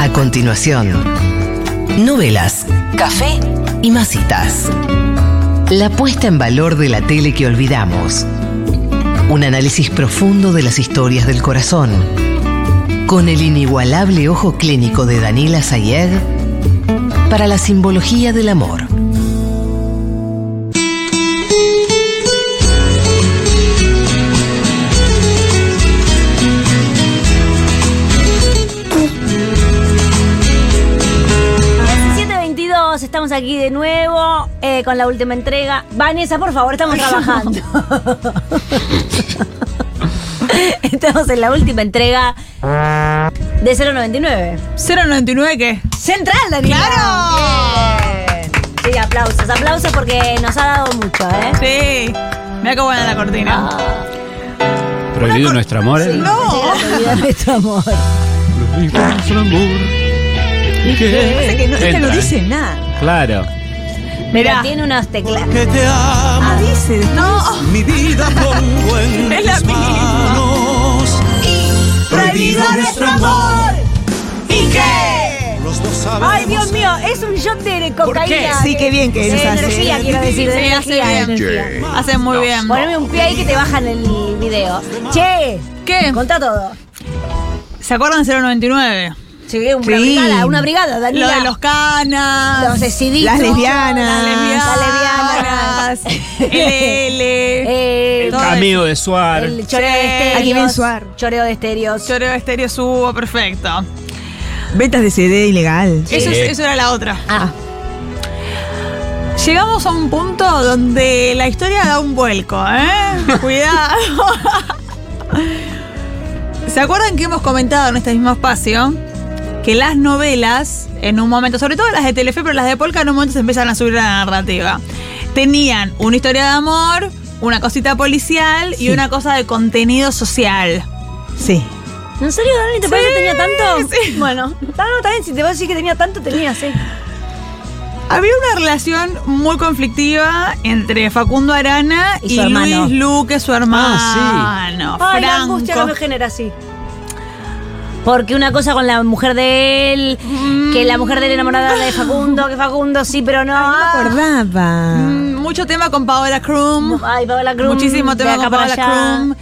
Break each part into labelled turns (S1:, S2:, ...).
S1: A continuación, novelas, café y masitas. La puesta en valor de la tele que olvidamos. Un análisis profundo de las historias del corazón. Con el inigualable ojo clínico de Daniela Sayed para la simbología del amor.
S2: estamos aquí de nuevo eh, con la última entrega. Vanessa, por favor, estamos trabajando. estamos en la última entrega de 099.
S3: ¿099 qué?
S2: ¡Central, Daniela!
S3: ¡Claro!
S2: Bien. Sí, aplausos, aplausos porque nos ha dado mucho, ¿eh?
S3: Sí. Mira cómo buena la cortina. Oh,
S4: Prohibido nuestro amor. ¿eh?
S3: No.
S2: Olvidar nuestro amor.
S4: Prohibido nuestro amor. ¿Y qué?
S5: Pasa que no, esta no
S4: Entra,
S5: dice
S4: ¿eh?
S5: nada.
S4: Claro.
S2: Mira,
S3: Mirá.
S2: tiene unos teclados.
S6: que te amo,
S5: No dice. No.
S7: oh,
S6: mi vida pongo en
S3: Es la
S6: tus
S3: misma.
S6: manos. Prohibido nuestro amor.
S3: ¿Y qué?
S6: Los dos sabemos.
S2: Ay, Dios mío, es un shot de cocaína.
S5: Sí, qué bien que
S2: De
S5: nos hace.
S2: energía, quiero decir, de
S3: Sí, hace
S2: energía,
S3: bien.
S2: energía.
S3: Hacen muy bien.
S2: Poneme un pie ahí que te bajan el video. Che,
S3: ¿Qué?
S2: contá todo.
S3: ¿Se acuerdan 099?
S2: Llegué una
S5: Sí.
S2: brigada, una brigada,
S3: Lo
S2: Daniela.
S3: de los canas.
S2: los deciditos.
S5: Las
S3: Las
S5: lesbianas.
S3: lesbianas.
S2: Las lesbianas.
S3: LL.
S2: Eh,
S3: Todo
S4: Amigo de Suar.
S2: el choreo de
S3: Sí.
S2: estéreos.
S5: Aquí ven Suar.
S2: Choreo de estéreos.
S3: Choreo estéreo este subo, perfecto.
S5: Ventas de CD ilegal.
S3: Eso, es- eso era la otra.
S2: Ah,
S3: Llegamos a un punto donde la historia da un vuelco, ¿eh? Cuidado. ¿Se acuerdan que hemos comentado en este mismo espacio que las novelas, en un momento, sobre todo las de Telefe, pero las de Polka, en un momento se empiezan a subir a la narrativa? Tenían una historia de amor, una cosita policial y una cosa de contenido social.
S5: Sí.
S2: ¿En serio, Dani? ¿Te parece que tenía tanto?
S3: sí.
S2: Bueno, no, no, también si te vas a decir que tenía tanto, tenía, sí.
S3: Había una relación muy conflictiva entre Facundo Arana
S2: Y su
S3: y,
S2: hermano.
S3: Luis Luque, su hermano.
S4: Ah,
S2: Ay, la
S3: Franco.
S2: angustia no me genera así. Porque una cosa con la mujer de él,
S3: Mm.
S2: que la mujer del enamorada de Facundo, que Facundo sí, pero no.
S5: Acordaba.
S3: Mm, Mucho tema con Paola Krum.
S2: Ah, Ay, Paola Krum.
S3: Muchísimo
S2: de
S3: tema
S2: acá
S3: con
S2: para
S3: Paola
S2: allá.
S3: Krum.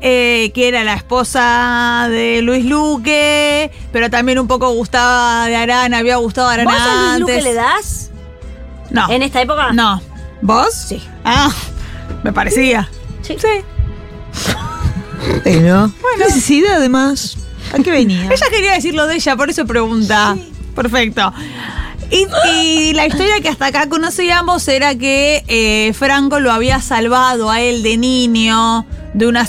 S3: eh, que era la esposa de Luis Luque, pero también un poco gustaba de Arana, había gustado de Arana
S2: ¿Vos a Luis
S3: antes.
S2: Luque le das?
S3: No.
S2: ¿En esta época?
S3: No. ¿Vos?
S2: Sí.
S3: Ah, me parecía.
S2: Sí.
S5: Pero. Necesidad, además. ¿A qué venía?
S3: Ella quería decir lo de ella, por eso pregunta. Perfecto. Y, y la historia que hasta acá conocíamos era que eh, Franco lo había salvado a él de niño, de una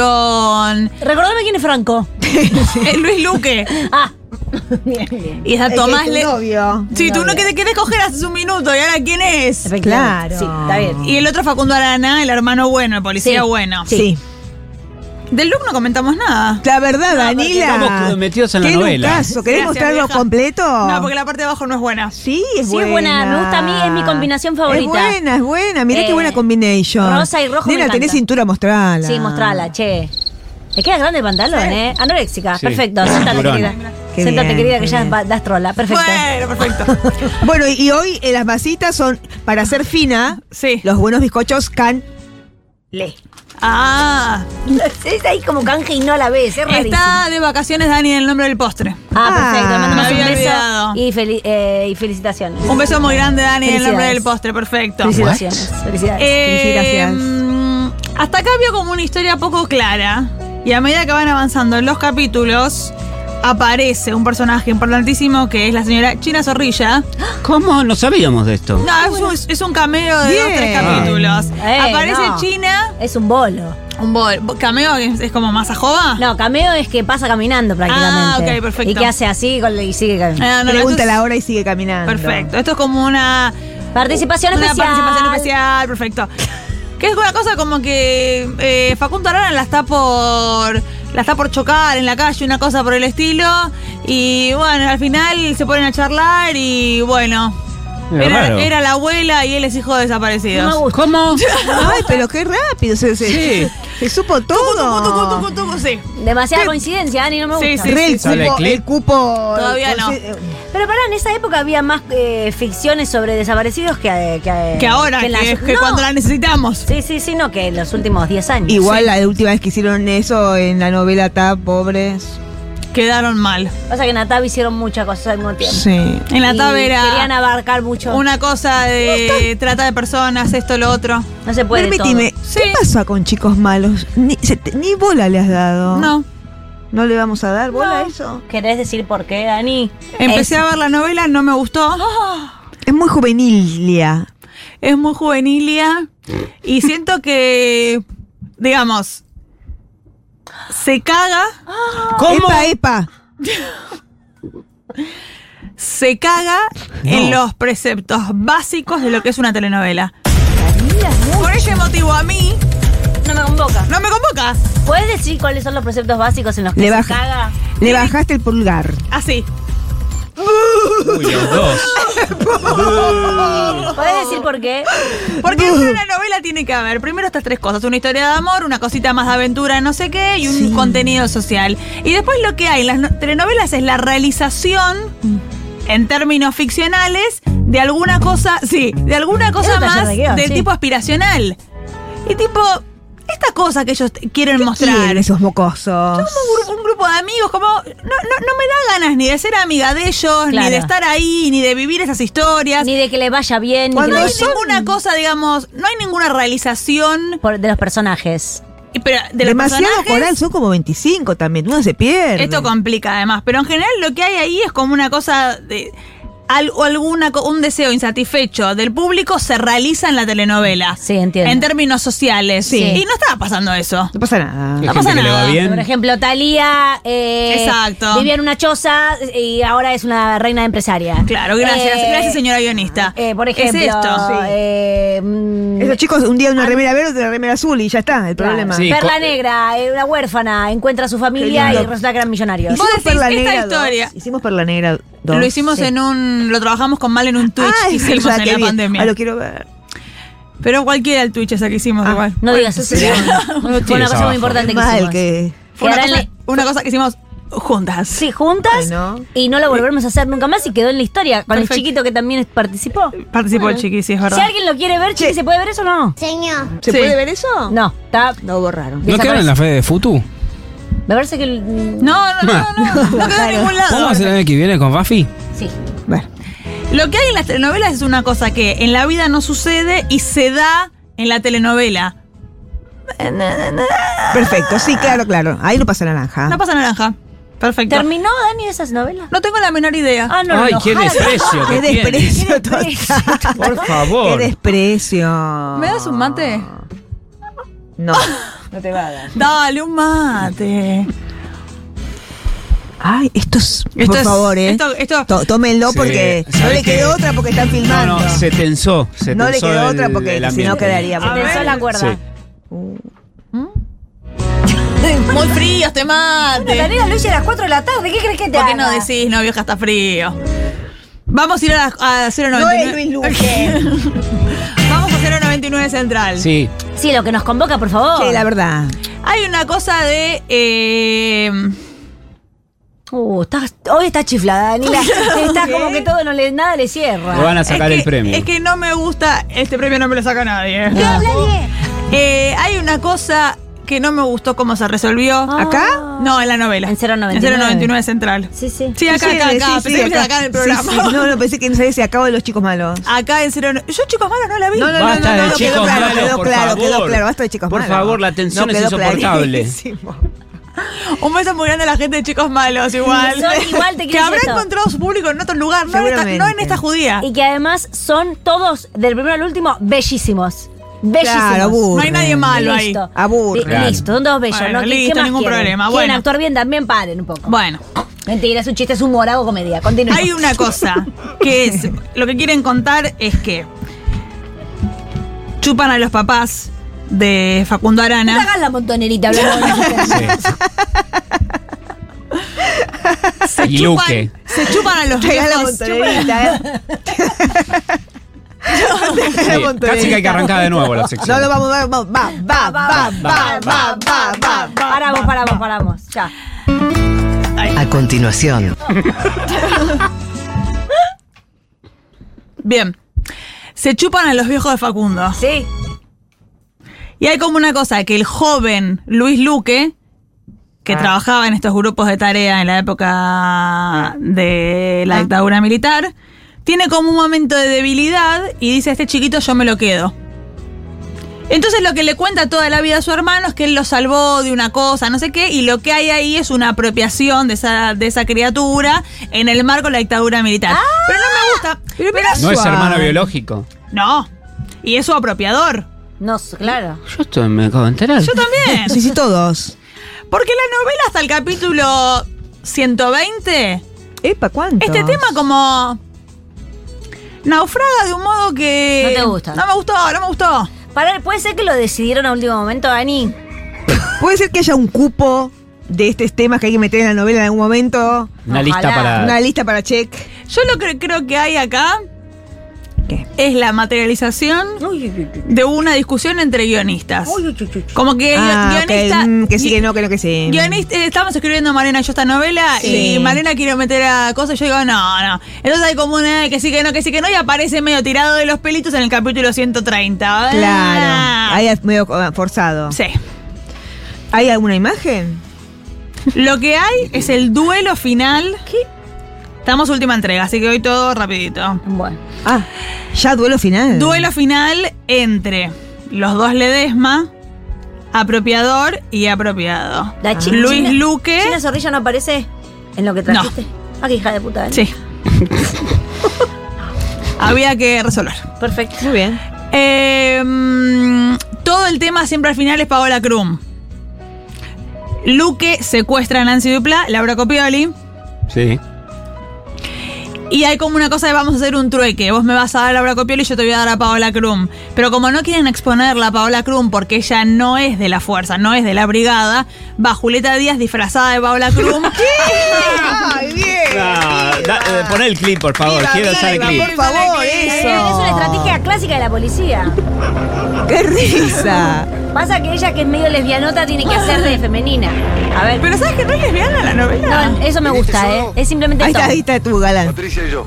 S3: situación.
S2: Recordame quién es Franco.
S3: Eh, Luis Luque.
S2: Ah, bien, bien.
S3: Y hasta Tomás le.
S5: novio.
S3: Si tú no que te querés coger hace un minuto, ¿y ahora quién es?
S5: Claro.
S2: Sí, está bien.
S3: Y el otro Facundo Arana, el hermano bueno, el policía
S2: Sí.
S3: bueno.
S5: Sí.
S3: Del Luke no comentamos nada.
S5: La verdad, Danila.
S4: estamos metidos en la
S5: qué
S4: novela.
S5: lucazo. ¿Querés
S3: Gracias,
S5: mostrarlo
S3: vieja.
S5: completo?
S3: No, porque la parte de abajo no es buena.
S5: Sí, es
S2: Sí,
S5: buena.
S2: es buena, me gusta a mí, es mi combinación favorita.
S5: Es buena, es buena. Mirá
S2: Eh,
S5: qué buena combination.
S2: rosa y rojo me
S5: Nena,
S2: encanta.
S5: tenés cintura, mostrala.
S2: Sí, mostrala, che. Te queda grande el pantalón, ¿eh? Anoréxica.
S4: Sí.
S2: Perfecto. Séntate,
S4: Cinturón.
S2: querida.
S5: Qué
S2: Séntate,
S5: bien,
S2: querida,
S5: qué
S2: que ya
S5: bien.
S2: va- das trola. Perfecto.
S3: Bueno, perfecto.
S5: Bueno, y- y hoy eh, las masitas son, para ser fina,
S3: Sí.
S5: los buenos bizcochos can.
S2: Le.
S3: Ah.
S2: Es ahí como canje y no a la vez, es rarísimo.
S3: Está de vacaciones Dani en el nombre del postre.
S2: Ah, perfecto.
S5: Ah,
S2: Mandamos
S3: me
S2: un
S3: había
S2: beso
S3: olvidado.
S2: y, feli- eh, y felicitaciones.
S3: Un beso muy grande Dani en el nombre
S2: Felicidades.
S3: del postre, perfecto.
S2: Felicitaciones. Felicidades.
S3: Eh,
S5: Gracias.
S3: mm, Hasta acá había como una historia poco clara. Y a medida que van avanzando en los capítulos, aparece un personaje importantísimo que es la señora China Zorrilla.
S2: Ah,
S4: ¿Cómo no sabíamos de esto?
S3: No, es un, es un cameo de dos
S5: Bien.
S3: tres capítulos.
S2: Eh,
S3: aparece
S2: no.
S3: China.
S2: Es un bolo.
S3: Un bol- cameo es, es como más a jova.
S2: No, cameo es que pasa caminando prácticamente.
S3: Ah, ok, perfecto.
S2: Y que hace así con- y sigue caminando.
S3: Ah, no, no, esto
S5: Pregunta
S3: es-
S5: la hora y sigue caminando.
S3: Perfecto. Esto es como una
S2: Participación
S3: Ah, una
S2: especial.
S3: participación especial, perfecto. Que es una cosa como que eh, Facundo Arana la está por. la está por chocar en la calle, una cosa por el estilo. Y bueno, al final se ponen a charlar y bueno.
S4: Es
S3: Era,
S4: raro.
S3: era la abuela y él es hijo de desaparecidos.
S2: No me gusta.
S4: ¿Cómo?
S5: Ay, pero qué rápido. se- se-
S4: Sí.
S5: Te supo
S3: Tucu, tucu, tucu,
S5: todo.
S3: tucu, tucu, sí.
S2: Demasiada
S5: ¿Qué?
S2: coincidencia, Ani, no me gusta.
S3: Sí, sí,
S5: Re el
S4: ¿Sale
S5: cupo,
S4: clip?
S5: el cupo.
S3: Todavía no.
S5: eh,
S2: Pero pará, en esa época había más eh, ficciones sobre desaparecidos que, eh, que, eh,
S3: Que ahora, que,
S2: en las-
S3: es que
S2: No.
S3: cuando la necesitamos.
S2: Sí, sí, sí, no, que en los últimos 10 años.
S5: Igual la última vez que hicieron eso en la novela TAP, pobres.
S3: Quedaron mal.
S2: Pasa que en Atav hicieron muchas cosas al mismo tiempo.
S5: Sí.
S3: En la
S2: Y Querían
S3: tabera.
S2: abarcar mucho.
S3: Una cosa de trata de personas, esto, lo otro.
S2: No se puede
S5: Permitime,
S2: todo.
S5: ¿qué
S3: Sí.
S5: pasó con chicos malos? Ni, se te- ni bola le has dado.
S3: No.
S5: ¿No le vamos a dar bola a eso?
S2: Ah. ¿Querés decir por qué, Dani?
S3: Empecé a ver la novela, no me
S2: Ah.
S3: gustó.
S5: Es muy juvenilia.
S3: Es muy juvenilia. Y siento que, digamos, se caga,
S5: Epa, epa.
S3: se caga en los preceptos básicos de lo que es una telenovela. Por ese motivo a mí
S2: No me convoca.
S3: no me convoca.
S2: ¿Puedes decir cuáles son los preceptos básicos en los que
S5: Le
S2: se
S5: baja-
S2: caga?
S5: Le bajaste el pulgar.
S3: Así.
S4: Uy, los dos.
S2: ¿Puedes decir por qué?
S3: Porque en una novela tiene que haber primero estas tres cosas: una historia de amor, una cosita más de aventura, no sé qué, y un contenido social. Y después lo que hay en las no- telenovelas es la realización,
S2: Mm.
S3: en términos ficcionales, de alguna cosa, sí, de alguna
S2: Es
S3: cosa
S2: un taller
S3: más
S2: de guión,
S3: del
S2: sí.
S3: tipo aspiracional. Y tipo, esta cosa que ellos t- quieren mostrar.
S5: ¿Quién esos mocosos?
S3: Somos un, gru- un grupo de amigos, como no, no, no me da ganas ni de ser amiga de ellos, ni
S2: Claro.
S3: de estar ahí, ni de vivir esas historias.
S2: Ni de que le vaya bien, ni que
S5: Cuando
S2: le
S3: No
S2: vaya
S3: hay ninguna cosa, digamos, no hay ninguna realización
S2: por- de los personajes.
S3: y- pero de los
S5: Demasiado
S3: personajes,
S5: coral, son como 25 también. Uno se pierde.
S3: Esto complica además, pero en general lo que hay ahí es como una cosa de al- o alguna co- un deseo insatisfecho del público se realiza en la telenovela.
S2: Sí, entiendo.
S3: En términos sociales.
S2: Sí.
S3: Y no estaba pasando eso.
S5: No pasa
S4: Hay
S5: nada.
S3: No
S4: gente
S3: pasa
S4: que le va
S3: nada.
S2: Por
S4: bien.
S2: ejemplo, Talía eh,
S3: Exacto.
S2: vivía en una choza y ahora es una reina empresaria.
S3: Claro, gracias.
S2: Eh,
S3: gracias, señora guionista.
S2: eh, por ejemplo,
S3: Es esto.
S2: eh, mm,
S5: Esos chicos, un
S3: Ah.
S5: día una remera verde, otra remera azul y ya está, el
S2: claro.
S5: problema.
S4: Sí,
S2: Perla
S4: co-
S2: Negra, eh, una huérfana, encuentra a su familia
S5: Qué
S2: y
S5: lindo.
S2: resulta que eran millonarios.
S3: Vos
S5: Hicimos
S3: decís,
S5: Perla
S3: esta
S5: Negra dos.
S3: historia-
S5: Hicimos Perla Negra 2.
S3: Lo hicimos en un. Lo trabajamos con mal en un Twitch
S2: Ah,
S3: que hicimos en la pandemia.
S5: Ah, lo quiero ver.
S3: Pero cualquiera el Twitch esa que hicimos
S5: Ah,
S3: igual.
S2: No digas eso. ¿eh? Fue una
S4: tires
S2: cosa
S4: abajo.
S2: muy importante que
S5: Mal
S2: hicimos.
S5: que.
S3: Fue una
S2: Quedará en
S3: cosa, una cosa que hicimos juntas.
S2: Sí, juntas
S5: Ay, no.
S2: y no lo volveremos a hacer nunca más y quedó en la historia con
S3: Perfecto.
S2: el chiquito que también participó.
S3: Participó el chiqui, sí, es verdad.
S2: Si alguien lo quiere ver, chiqui, ¿se puede ver eso o no?
S5: ¿Se
S3: Sí.
S5: puede ver eso?
S2: No, está.
S5: No borraron.
S2: Desaparece.
S8: ¿No quedaron en la fe de Futu?
S2: Me parece que. mm,
S3: No, no, no, no, no, no quedó en ningún
S8: ¿Podemos
S3: lado.
S8: hacer el año que viene con Buffy?
S2: Sí.
S5: Bueno.
S3: Lo que hay en las telenovelas es una cosa que en la vida no sucede y se da en la telenovela.
S5: Perfecto, sí, claro, claro. Ahí no pasa naranja.
S3: No pasa naranja. Perfecto.
S2: ¿Terminó Dani esas novelas?
S3: no tengo la menor idea.
S2: Ah, no,
S4: Ay,
S2: lo
S4: qué
S2: enojaron.
S4: desprecio que
S5: Qué
S4: tiene.
S5: desprecio total.
S4: Por
S5: Qué
S4: favor.
S5: desprecio.
S3: ¿Me das un mate?
S5: No, no te va a dar.
S3: Dale, un mate.
S5: Ay, esto es.
S3: Esto
S5: por
S3: es-
S5: favor, ¿eh?
S3: esto- esto-
S5: Tó- tómenlo
S4: Sí,
S5: porque no
S4: ¿sabes
S5: le
S4: qué?
S5: quedó otra porque están
S4: No,
S5: filmando.
S4: no, se tensó. se
S5: No le
S4: tensó
S5: quedó
S4: el-
S5: otra porque
S4: el
S5: si no
S4: ambiente.
S5: quedaría
S2: Se
S3: A
S2: tensó
S3: ver.
S2: la cuerda.
S4: Sí.
S3: Muy frío este
S2: La
S3: mate.
S2: tarea lo hice a las 4 de la tarde. ¿Qué crees que te
S3: ¿Por qué no
S2: haga?
S3: decís, no, vieja, está frío? Vamos a ir a, las- a
S5: No
S3: 099.
S5: es Luis Luque.
S3: Vamos a 099 Central.
S8: Sí.
S2: Sí, lo que nos convoca, por favor.
S5: Che, la verdad.
S3: Hay una cosa de. eh,
S2: Uh, estás- hoy está chiflada, Daniela. está como que todo no le, nada le cierra.
S4: Le van a sacar
S3: es
S4: el
S3: que-
S4: premio.
S3: Es que no me gusta. Este premio no me lo saca nadie. Eh, hay una cosa que no me gustó cómo se resolvió.
S2: Ah.
S5: ¿Acá?
S3: No, en la novela.
S2: En 099.
S3: En 099 Central.
S2: Sí, sí.
S3: Sí, acá,
S5: Sí,
S3: acá,
S5: sí,
S3: acá.
S5: sí,
S3: pensé que era acá en el programa.
S5: Sí, sí. No, no, pensé que no sabía si acabo de los chicos malos.
S3: Acá en 09. Yo, chicos malos, no la vi.
S5: No, no, no,
S8: Basta
S5: no, no,
S8: de
S5: no,
S8: chicos
S5: quedó claro,
S8: malos,
S5: quedó
S8: por
S5: claro,
S8: favor.
S5: quedó claro, basta de chicos
S4: Por
S5: malos.
S4: favor, la tensión es
S5: quedó
S4: insoportable.
S5: clarísimo.
S3: Un beso muy grande a la gente de chicos malos, igual.
S2: Son igual, te
S3: que
S2: quiero
S3: habrá
S2: decir eso.
S3: encontrado su público en otro lugar, no en esta, no en
S5: Seguramente.
S3: esta judía.
S2: Y que además son todos, del primero al último, bellísimos. Bellísimos.
S5: Claro, aburre.
S3: No hay nadie malo ahí.
S2: Listo.
S5: Aburre.
S2: Li- Listo, son todos bellos.
S3: Bueno,
S2: ¿no? ¿Qué-
S3: listo,
S2: ¿qué más
S3: ningún
S2: quieren?
S3: problema.
S2: ¿Quieren
S3: Bueno.
S2: actuar bien también? Paren un poco.
S3: Bueno,
S2: Mentira, es un chiste, es humor, hago comedia. Continúa.
S3: hay una cosa que es. Lo que quieren contar es que chupan a los papás de Facundo
S2: No te
S3: Arana.
S2: hagas la montonerita, hablando de
S4: Sí.
S3: Se
S4: Y
S3: chupan,
S4: Luque.
S3: se chupan a los
S5: Pegá la
S3: viejos.
S5: montonerita, ¿eh? Dejar a
S8: Sí,
S5: Montevideo.
S8: casi que hay que arrancar de nuevo la sección.
S5: No lo vamos, vamos, va, va, va, va, va, va, va, va, va.
S2: Paramos, paramos, paramos. Ya.
S1: A continuación,
S3: Bien. Se chupan a los viejos de Facundo.
S2: Sí.
S3: Y hay como una cosa, que el joven Luis Luque, que trabajaba en estos grupos de tarea en la época de la dictadura militar, tiene como un momento de debilidad y dice, a este chiquito yo me lo quedo. Entonces lo que le cuenta toda la vida a su hermano es que él lo salvó de una cosa, no sé qué, y lo que hay ahí es una apropiación de esa, de esa criatura en el marco de la dictadura militar. Pero no me gusta.
S8: No es
S5: Suave.
S8: hermano biológico.
S3: No. Y es su apropiador.
S2: No, s- claro.
S8: Yo estoy, me acabo de enterar.
S3: Yo también.
S5: Sí, sí, todos.
S3: Porque la novela hasta el capítulo 120,
S5: Epa, ¿cuánto?
S3: este tema como naufraga de un modo que...
S2: No te gusta.
S3: No me gustó, no me gustó.
S2: Para, ¿Puede ser que lo decidieron a último momento, Dani?
S5: ¿Puede ser que haya un cupo de estos temas que hay que meter en la novela en algún momento?
S8: Una
S2: Ojalá.
S8: lista para.
S5: Una lista para check.
S3: Yo lo que creo que hay acá
S5: ¿Qué?
S3: es la materialización de una discusión entre guionistas. Como que el
S5: Ah, ok,
S3: guionista...
S5: mm, que sí, que
S3: gui-
S5: no, que no, que sí.
S3: Guionista, eh, estamos escribiendo Marina y yo esta novela
S5: Sí.
S3: y Marina quiere meter a cosas y yo digo, no, no. Entonces hay como una que sí, que no, que sí, que no y aparece medio tirado de los pelitos en el capítulo 130.
S5: Claro.
S3: Ah.
S5: Ahí es medio ah, forzado.
S3: Sí.
S5: ¿Hay alguna imagen?
S3: Lo que hay es el duelo final. Estamos última entrega, así que hoy todo rapidito.
S2: Bueno.
S5: Ah, ya duelo final.
S3: Duelo final entre los dos Ledesma, apropiador y apropiado.
S2: La chi-
S3: Luis
S2: China-
S3: Luque.
S2: ¿China Zorrilla no aparece en lo que trajiste? Ah, qué hija de puta, Dani.
S3: Sí. Había que resolver.
S2: Perfecto.
S5: Muy bien.
S3: Eh, mm, todo el tema siempre al final es Paola Krum. Luque secuestra a Nancy Dupla, Laura Copioli.
S8: Sí.
S3: Y hay como una cosa de vamos a hacer un trueque. Vos me vas a dar a Laura Copioli y yo te voy a dar a Paola Krum. Pero como no quieren exponerla a Paola Krum porque ella no es de la fuerza, no es de la brigada, va Julieta Díaz disfrazada de Paola Krum.
S5: ¡Ay, bien!
S4: Ah,
S5: viva.
S4: da- eh, Poné el clip, por favor.
S5: Viva,
S4: Quiero
S5: viva,
S4: usar el
S5: viva,
S4: clip.
S5: Por favor,
S2: Eh, Es una
S5: eso.
S2: estrategia clásica de la policía.
S5: ¡Qué risa!
S2: Pasa que ella, que es medio lesbianota, tiene que hacer de femenina. A ver.
S3: Pero ¿sabes que no es lesbiana la novela?
S2: No, eso me gusta, ¿eh? Es simplemente
S5: Ahí
S2: esto.
S5: está, ahí está tu galán.
S7: Patricia y yo.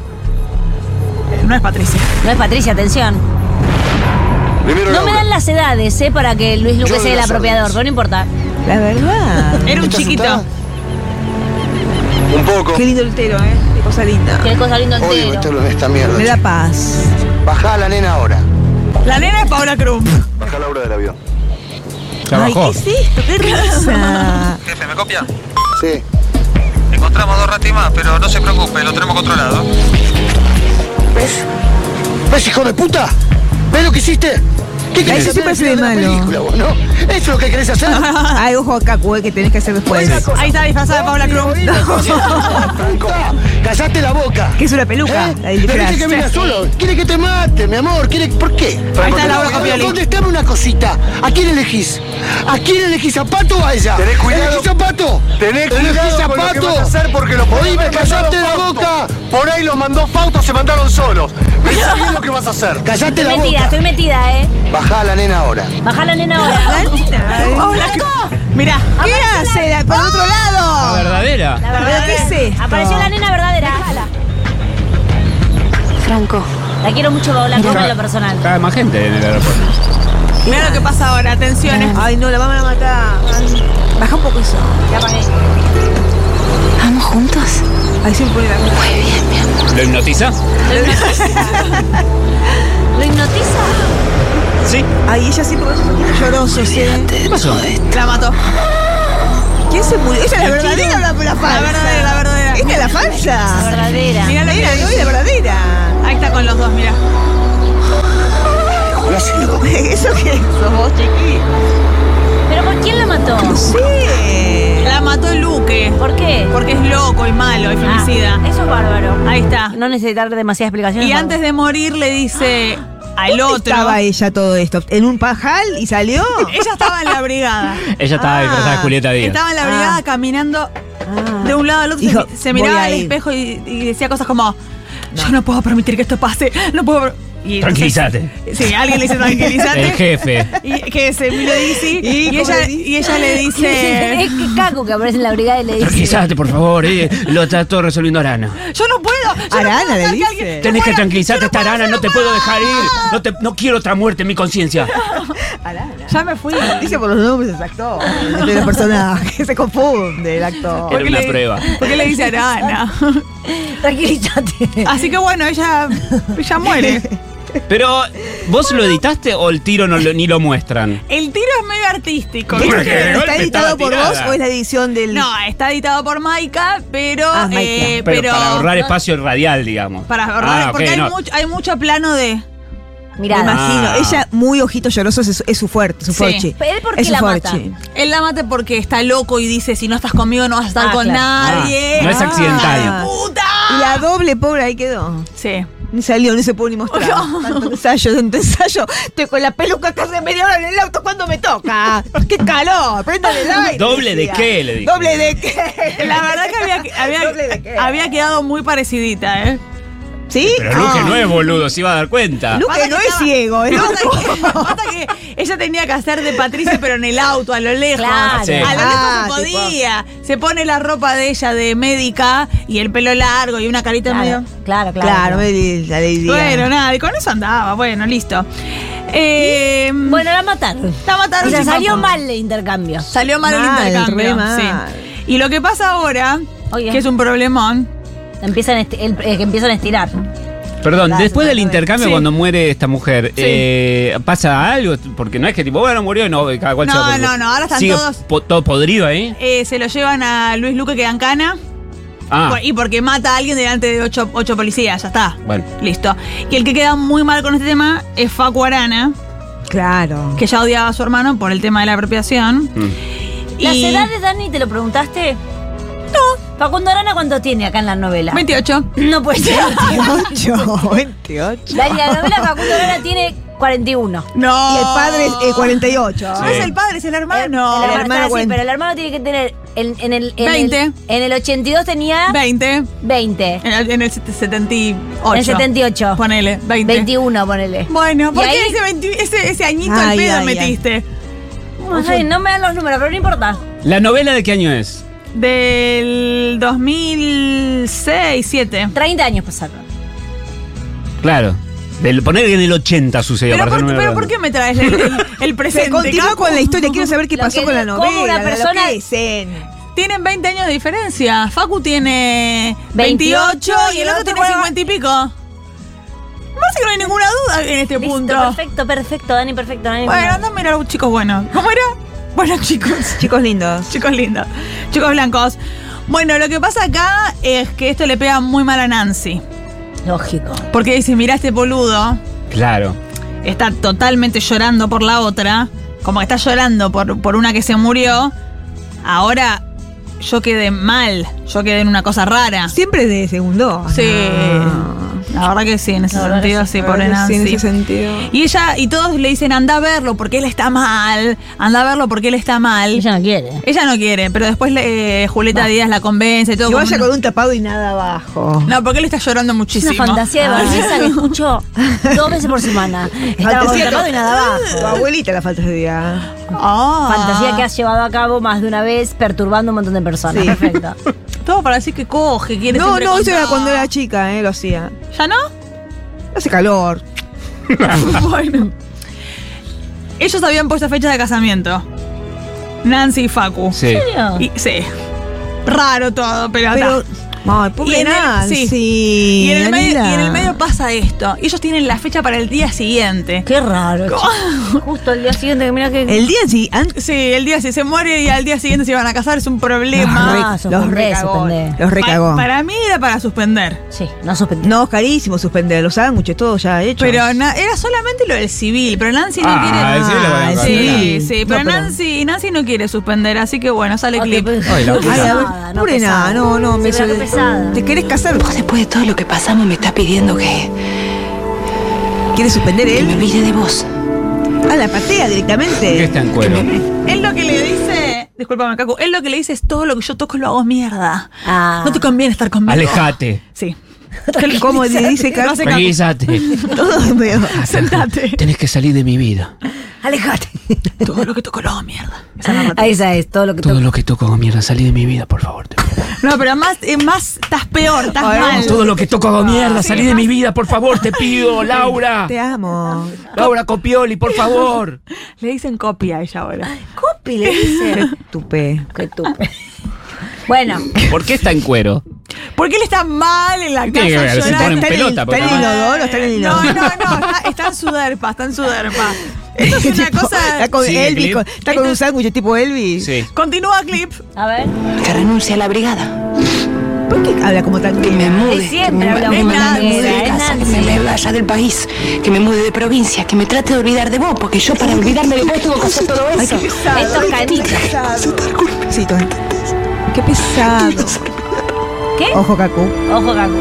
S3: No, es Patricia.
S2: No es Patricia, atención.
S7: Primero
S2: No me
S7: Laura.
S2: dan las edades, ¿eh? Para que Luis
S7: Yo
S2: Luque
S7: doy
S2: sea el
S7: las
S2: apropiador,
S7: órdenes.
S2: pero no importa.
S5: La verdad.
S3: Era un
S7: ¿Estás
S3: chiquito.
S7: asustada? Un poco.
S5: Qué lindo el tero, ¿eh? Qué cosa linda.
S2: Qué cosa lindo
S7: Odio
S2: entero.
S7: esta, esta mierda.
S5: Me da paz.
S7: Bajá a la nena ahora.
S3: La nena es Paola Krum.
S7: Bajá Laura del avión.
S8: Ya bajó.
S5: esto? ¡Qué risa!
S9: Jefe, ¿me copia?
S7: Sí.
S9: Encontramos dos ratimas, pero no se preocupe, lo tenemos controlado.
S7: ¿Ves? ¿Ves, hijo de puta? ¿Ves lo que hiciste? ¿Qué
S5: Ay,
S7: querés
S5: yo
S7: hacer
S5: siempre
S7: al
S5: soy de
S7: final la
S5: malo.
S7: película, vos, no? ¿Eso es lo que querés hacer?
S5: Ay, ojo acá, cue, que tenés que hacer después.
S3: Ahí está disfrazada de Paola Krum.
S7: Franco, ¡Callate la boca!
S5: Que es una peluca,
S7: ¿Eh?
S5: la
S7: ¿Te
S5: del disfraz.
S7: crees que venga solo? ¿Quiere que te mate, mi amor? ¿Quiere... ¿Por qué?
S3: Ahí está Laura Copioli.
S7: Contestame una cosita. ¿A quién elegís? ¿A quién elegís? ¿A Pato o a ella?
S9: Tenés cuidado.
S7: ¿Elegís a Pato?
S9: Tenés
S7: ¿Elegís
S9: cuidado
S7: a
S9: con lo que
S7: Pato?
S9: vas a hacer porque lo podés
S7: Oíme,
S9: haber
S7: callate la
S9: mandado
S7: boca. Por ahí los mandó Fausto, se mandaron solos. Pensá bien lo que vas a hacer. Callate la
S2: Estoy metida,
S7: boca.
S2: estoy metida, ¿eh?
S7: Bajá a la nena ahora.
S2: Bajá la nena ahora.
S5: Ay,
S3: Mirá.
S5: ¿Qué hace? La- ¡Por otro
S8: La
S5: lado!
S2: La
S8: verdadera.
S5: ¿Pero qué
S2: verdadera.
S5: es esto?
S2: Apareció la nena verdadera.
S10: Franco,
S2: La quiero mucho, Paola, Krum, en lo personal.
S8: Cada vez más gente en el aeropuerto.
S3: Mirá lo que pasa ahora, atención. eh.
S5: Ay, no, la vamos a matar. Ay, Baja un poco eso.
S2: Ya pagué.
S10: ¿vamos juntos?
S5: Ahí se me pone la
S8: ¿Lo hipnotiza?
S2: ¿Lo hipnotiza?
S8: Sí.
S5: Ay, ella siempre con esos ojitos llorosos, ¿eh?
S8: ¿Qué pasó?
S3: La mató.
S5: ¿Quién se murió? ¿Esa es la verdadera o la, la falsa?
S3: verdadera, la verdadera.
S5: ¿Esta es la falsa?
S2: Verdadera.
S3: Mirá lo que
S5: Mira, no
S3: dice.
S5: es la verdadera.
S3: Ahí está con los dos, mirá.
S5: ¿Eso qué es? ¿Sos vos, chiqui?
S2: ¿Pero por quién la mató?
S5: Sí.
S3: La mató Luque.
S2: ¿Por qué?
S3: Porque es loco y malo y
S2: Ah,
S3: femicida.
S2: Eso es bárbaro.
S3: Ahí está.
S2: No necesitar demasiada explicación.
S3: Y antes de morir le dice al
S5: ¿Dónde
S3: otro.
S5: estaba ella todo esto? ¿En un pajal y salió?
S3: Ella estaba en la brigada.
S8: Ella estaba
S5: Ah,
S8: disfrazada de Julieta Díaz.
S3: Estaba en la brigada
S5: Ah.
S3: caminando
S5: Ah.
S3: de un lado al otro.
S5: Dijo,
S3: se miraba
S5: voy a
S3: al
S5: ir.
S3: espejo y, y decía cosas como: Yo no puedo permitir que esto pase. No puedo. per-". y
S8: Tranquilízate.
S3: Sí, alguien le dice tranquilízate.
S8: El jefe.
S3: Y, que es Emilio Dizzy. Y,
S5: Y
S3: ella,
S5: como
S3: y ella le
S2: es
S3: dice.
S2: que Caco que aparece en la brigada y le dice.
S8: Tranquilízate, por favor. eh. Lo está todo resolviendo Arana.
S3: Yo no puedo. Yo
S5: Arana
S3: no puedo
S5: le
S3: dejar que
S5: dice.
S3: alguien- no
S8: Tenés que
S3: puedo,
S8: tranquilizarte,
S3: yo
S8: esta Arana. No te puedo dejar ir. No, te- no quiero otra muerte en mi conciencia.
S3: Ya me fui.
S5: Dije por los nombres exacto. De la persona que se confunde el acto.
S8: Era una prueba.
S3: ¿Por qué le dice Arana?
S2: Tranquilízate.
S3: Así que bueno, ella, ella muere.
S8: Pero, ¿vos lo editaste o el tiro no lo- ni lo muestran?
S3: El tiro es medio artístico.
S8: Bueno,
S3: ¿viste?
S8: que de golpe
S5: ¿Está editado
S8: estaba
S5: por vos
S8: tirada.
S5: o es la edición del.?
S3: No, está editado por Maika, pero.
S5: Ah, Maika.
S3: eh,
S8: Pero, para ahorrar
S3: no-
S8: espacio radial, digamos.
S3: Para ahorrar,
S8: Ah, ok,
S3: porque hay,
S8: no.
S3: mucho, hay mucho plano de.
S5: Me
S2: Mirá.
S5: imagino.
S8: Ah.
S5: Ella, muy ojitos llorosos, es, es su fuerte, su
S3: Sí.
S5: forchi.
S2: Pero él, ¿por
S5: es
S2: qué
S5: su
S2: la mata?
S5: forchi.
S3: Él la mate porque está loco y dice: si no estás conmigo, no vas a estar
S2: Ah,
S3: con
S2: claro.
S3: nadie.
S8: Ah, no es accidental.
S3: ¡Hija de ¡Puta!
S5: Y la doble pobre ahí quedó.
S3: Sí.
S5: Ni salió, ni se pudo ni mostrar. Tanto ensayo, tanto ensayo. Estoy con la peluca acá hace media hora en el auto cuando me toca. ¡Qué calor! Préndale el aire.
S8: ¿Doble de
S5: decía.
S8: qué? Le dije.
S5: ¿Doble de qué?
S3: La verdad que había,
S5: Doble de qué.
S3: había, había quedado muy parecidita, ¿eh?
S5: ¿Sí? Ah.
S8: Pero Luque no es boludo, se iba a dar cuenta.
S5: Luque
S3: Pasa
S5: no
S3: que
S5: es
S3: estaba-
S5: ciego, es
S3: Pasa
S5: loco.
S3: que, pasa que ella tenía que hacer de Patricia, pero en el auto, a lo lejos.
S2: Claro.
S8: Sí.
S3: A lo lejos
S5: Ah,
S3: se podía. Se pone la ropa de ella de médica y el pelo largo y una carita
S2: Claro,
S3: medio.
S2: claro, claro.
S5: Claro, me di- la ley
S3: Bueno, nada, y con eso andaba. Bueno, listo. Eh,
S2: Bueno, la mataron.
S3: la mataron.
S2: O sea,
S3: sin
S2: salió
S3: papo.
S2: mal el intercambio.
S3: Salió mal,
S5: Mal,
S3: el
S5: re
S3: intercambio.
S5: mal.
S3: sí. Y lo que pasa ahora,
S2: Oye.
S3: que es un problemón,
S2: Empiezan, a esti- el- eh, que empiezan a estirar.
S8: Perdón,
S2: Claro,
S8: después del intercambio,
S3: Sí.
S8: cuando muere esta mujer, eh, ¿pasa algo? Porque no es que tipo, bueno, murió y no, cada cual se va
S3: No,
S8: por su-
S3: no, no, ahora están
S8: ¿Sigue
S3: todos-
S8: po- todo podrido ahí.
S3: eh, se lo llevan a Luis Luque que dan cana.
S8: Ah,
S3: Por- Y porque mata a alguien delante de ocho, ocho policías, ya está.
S8: bueno.
S3: Listo. Y el que queda muy mal con este tema es Facu Arana,
S5: Claro.
S3: que ya odiaba a su hermano por el tema de la apropiación.
S8: Mm.
S2: ¿Las
S3: Y-
S2: edades, Dani, te lo preguntaste? No. Facundo Arana, ¿cuánto tiene acá en la novela?
S3: 28.
S2: No puede ser. tío.
S5: 28, 28.
S2: Dani, la novela Facundo Arana tiene 41.
S3: No.
S5: Y el padre es eh, 48.
S3: No
S8: Sí.
S3: es el padre, es Oh. el hermano.
S2: el,
S5: el
S2: hermano
S5: hermano
S2: está así,
S5: cuarenta.
S2: pero el hermano tiene que tener. En, en el, en
S3: 20.
S2: El, en el 82 tenía
S3: 20. En
S2: 20.
S3: el, en el set- 78.
S2: En el 78.
S3: Ponele, 20.
S2: 21, ponele.
S3: Bueno, ¿por
S2: Y
S3: qué
S2: ahí-
S3: ese, 20 ese, ese añito
S5: Ay,
S3: al pedo
S5: ay,
S3: metiste?
S2: Ay, no me dan los números, pero no importa.
S8: ¿La novela de qué año es?
S3: Del 2006, 7.
S2: 30 años pasaron.
S8: Claro. Del, poner que en el 80 sucedió.
S3: Pero,
S8: para
S3: por,
S8: hacer
S3: pero
S8: número
S3: ¿por qué
S8: redondo.
S3: me traes el, el- el presente?
S5: Se continúa
S3: Caco?
S5: con la historia. Quiero saber qué
S2: Lo
S5: pasó
S2: que-
S5: con la
S2: cómo una
S5: novela. de lo
S2: persona-
S5: que dicen.
S3: Tienen 20 años de diferencia. Facu tiene
S2: 28
S3: 28, y el otro tiene
S2: bueno.
S3: 50 y pico. Me parece que no hay ninguna duda en este
S2: Listo,
S3: punto.
S2: perfecto, perfecto, Dani, perfecto, Dani.
S3: Bueno, anda a mirar a chicos buenos. ¿Cómo era? Buenos chicos.
S5: Chicos lindos.
S3: Chicos lindos. Chicos blancos. Bueno, lo que pasa acá es que esto le pega muy mal a Nancy.
S2: Lógico.
S3: Porque dice, mirá este boludo.
S8: Claro.
S3: está totalmente llorando por la otra, como que está llorando por, por una que se murió, ahora yo quedé mal, yo quedé en una cosa rara.
S5: Siempre de segundo.
S3: Sí,
S5: Ah.
S3: la verdad que sí, en ese
S2: La verdad
S3: sentido,
S2: que
S3: sí,
S5: La
S3: pobre
S5: verdad que sí,
S3: Nancy.
S5: en ese sentido.
S3: y ella, y todos le dicen, anda a verlo porque él está mal, anda a verlo porque él está mal.
S2: Ella
S3: Ella,
S2: no quiere.
S3: no quiere, pero después le- eh, Julieta Díaz la convence y todo.
S5: Que
S3: como
S5: vaya
S3: no-
S5: con un tapado y nada abajo.
S3: No, porque él está llorando
S2: Es una
S3: muchísimo.
S2: fantasía de Barbosa que escucho dos veces por semana. Estaba con
S5: Fantasía
S2: tapado
S5: que-
S2: y nada abajo.
S5: Tu Ah, abuelita la fantasía.
S3: Ah.
S2: Fantasía que has llevado a cabo más de una vez perturbando a un montón de personas.
S5: Sí.
S2: Perfecto.
S3: Todo para decir que coge, quiere
S5: No,
S3: siempre
S5: no, eso era
S3: contar.
S5: cuando era chica, eh, lo hacía.
S3: ¿Ya no?
S5: Hace calor.
S3: bueno. Ellos habían puesto fecha de casamiento. Nancy y Facu.
S8: Sí.
S3: Y- sí. Raro todo, pero.
S5: Pero.
S3: ta.
S5: Ay, pobre
S3: Y en el-
S5: Nancy.
S3: sí. y, en el medio,
S5: Daniela.
S3: y en el medio pasa esto. Ellos tienen la fecha para el día siguiente.
S2: Qué raro. che. Justo el día siguiente que mira que.
S5: El día sí, antes.
S3: Sí, el día si se muere y al día siguiente se iban a casar es un problema.
S2: Ah,
S5: los
S2: suspendé,
S5: recagó.
S2: suspendé.
S5: Los recagó.
S3: Pa- para mí era para suspender.
S2: Sí, no suspendí.
S5: No, carísimo suspender los sándwiches, todo ya hecho.
S3: Pero na- era solamente lo del civil, pero Nancy no
S8: Ah,
S3: quiere.
S8: el civil lo van a
S5: el
S8: cambiar.
S3: Sí,
S5: civil.
S3: sí,
S5: No,
S3: pero,
S5: pero-
S3: Nancy, Nancy no quiere suspender, así que bueno, sale
S2: Ok,
S3: clip.
S2: pues,
S8: Ay, la
S2: no
S8: puta.
S5: Ay, a ver,
S2: pesada, no
S5: pobre
S2: pesada.
S5: nada, no, no,
S2: Sí,
S5: me
S2: pero qué
S5: hizo-
S2: pesada.
S5: ¿Te querés casar?
S10: Después de todo lo que pasamos, me está pidiendo que,
S5: ¿Quieres suspender
S10: que me
S5: él?
S10: olvide de vos.
S5: A la patea
S8: ¿Por qué
S5: directamente.
S8: está en cuero?
S3: Él lo que le dice, discúlpame, Cacu, él lo que le dice es todo lo que yo toco lo hago mierda.
S2: Ah.
S3: No te conviene estar conmigo.
S8: Alejate.
S3: Sí.
S5: Como dice Carlos.
S4: Tranquilízate.
S5: Todo medio.
S3: Sentate.
S4: Tenés que salir de mi vida.
S2: Alejate.
S3: Todo lo que tocó lo mierda.
S2: Ah, Esa es, todo lo que
S4: Todo
S2: toco.
S4: lo que toco hago mierda. Salí de mi vida, por favor. te pido.
S3: No, pero más, eh, más estás peor, estás
S5: Ay,
S3: mal.
S4: Todo lo que toco hago mierda. Salí de mi vida, por favor. Te pido, Laura.
S5: Te amo.
S4: Laura Copioli, por favor.
S3: Le dicen copia a ella ahora.
S2: Copi le dice.
S5: Tupé.
S2: Qué tupe. Bueno,
S8: ¿Por qué está en cuero?
S3: Porque él está mal en la
S8: ¿Qué
S3: casa
S8: tiene que ver? Se
S3: llorando.
S8: pone en
S3: Está en el-
S8: pelota. porque
S5: está en
S8: capaz-
S5: inodoro, está en el
S3: No,
S5: inodoro.
S3: no, no, está, está en suderpa, está en suderpa. Esto es una
S5: Tipo,
S3: cosa...
S5: Está con
S8: Sigue,
S5: Elvis.
S8: Clip.
S5: con- Está con un sándwich tipo Elvis.
S8: Sí.
S3: Continúa clip.
S2: a ver.
S10: Que renuncie a la brigada.
S5: ¿Por qué habla como tan
S10: Que me mude.
S2: Ay, siempre
S10: que me,
S2: habla
S10: me
S2: como
S10: mande a
S2: Nancy,
S10: mudar de
S2: es
S10: casa, que
S2: Nancy.
S10: me me vaya del país, que me mude de provincia, que me trate de olvidar de vos, porque yo para olvidarme de vos tengo que hacer todo eso.
S2: Esto es canija.
S5: Sí, todo. Qué pesado.
S2: ¿Qué?
S5: Ojo, Cacu.
S2: Ojo, Gaku.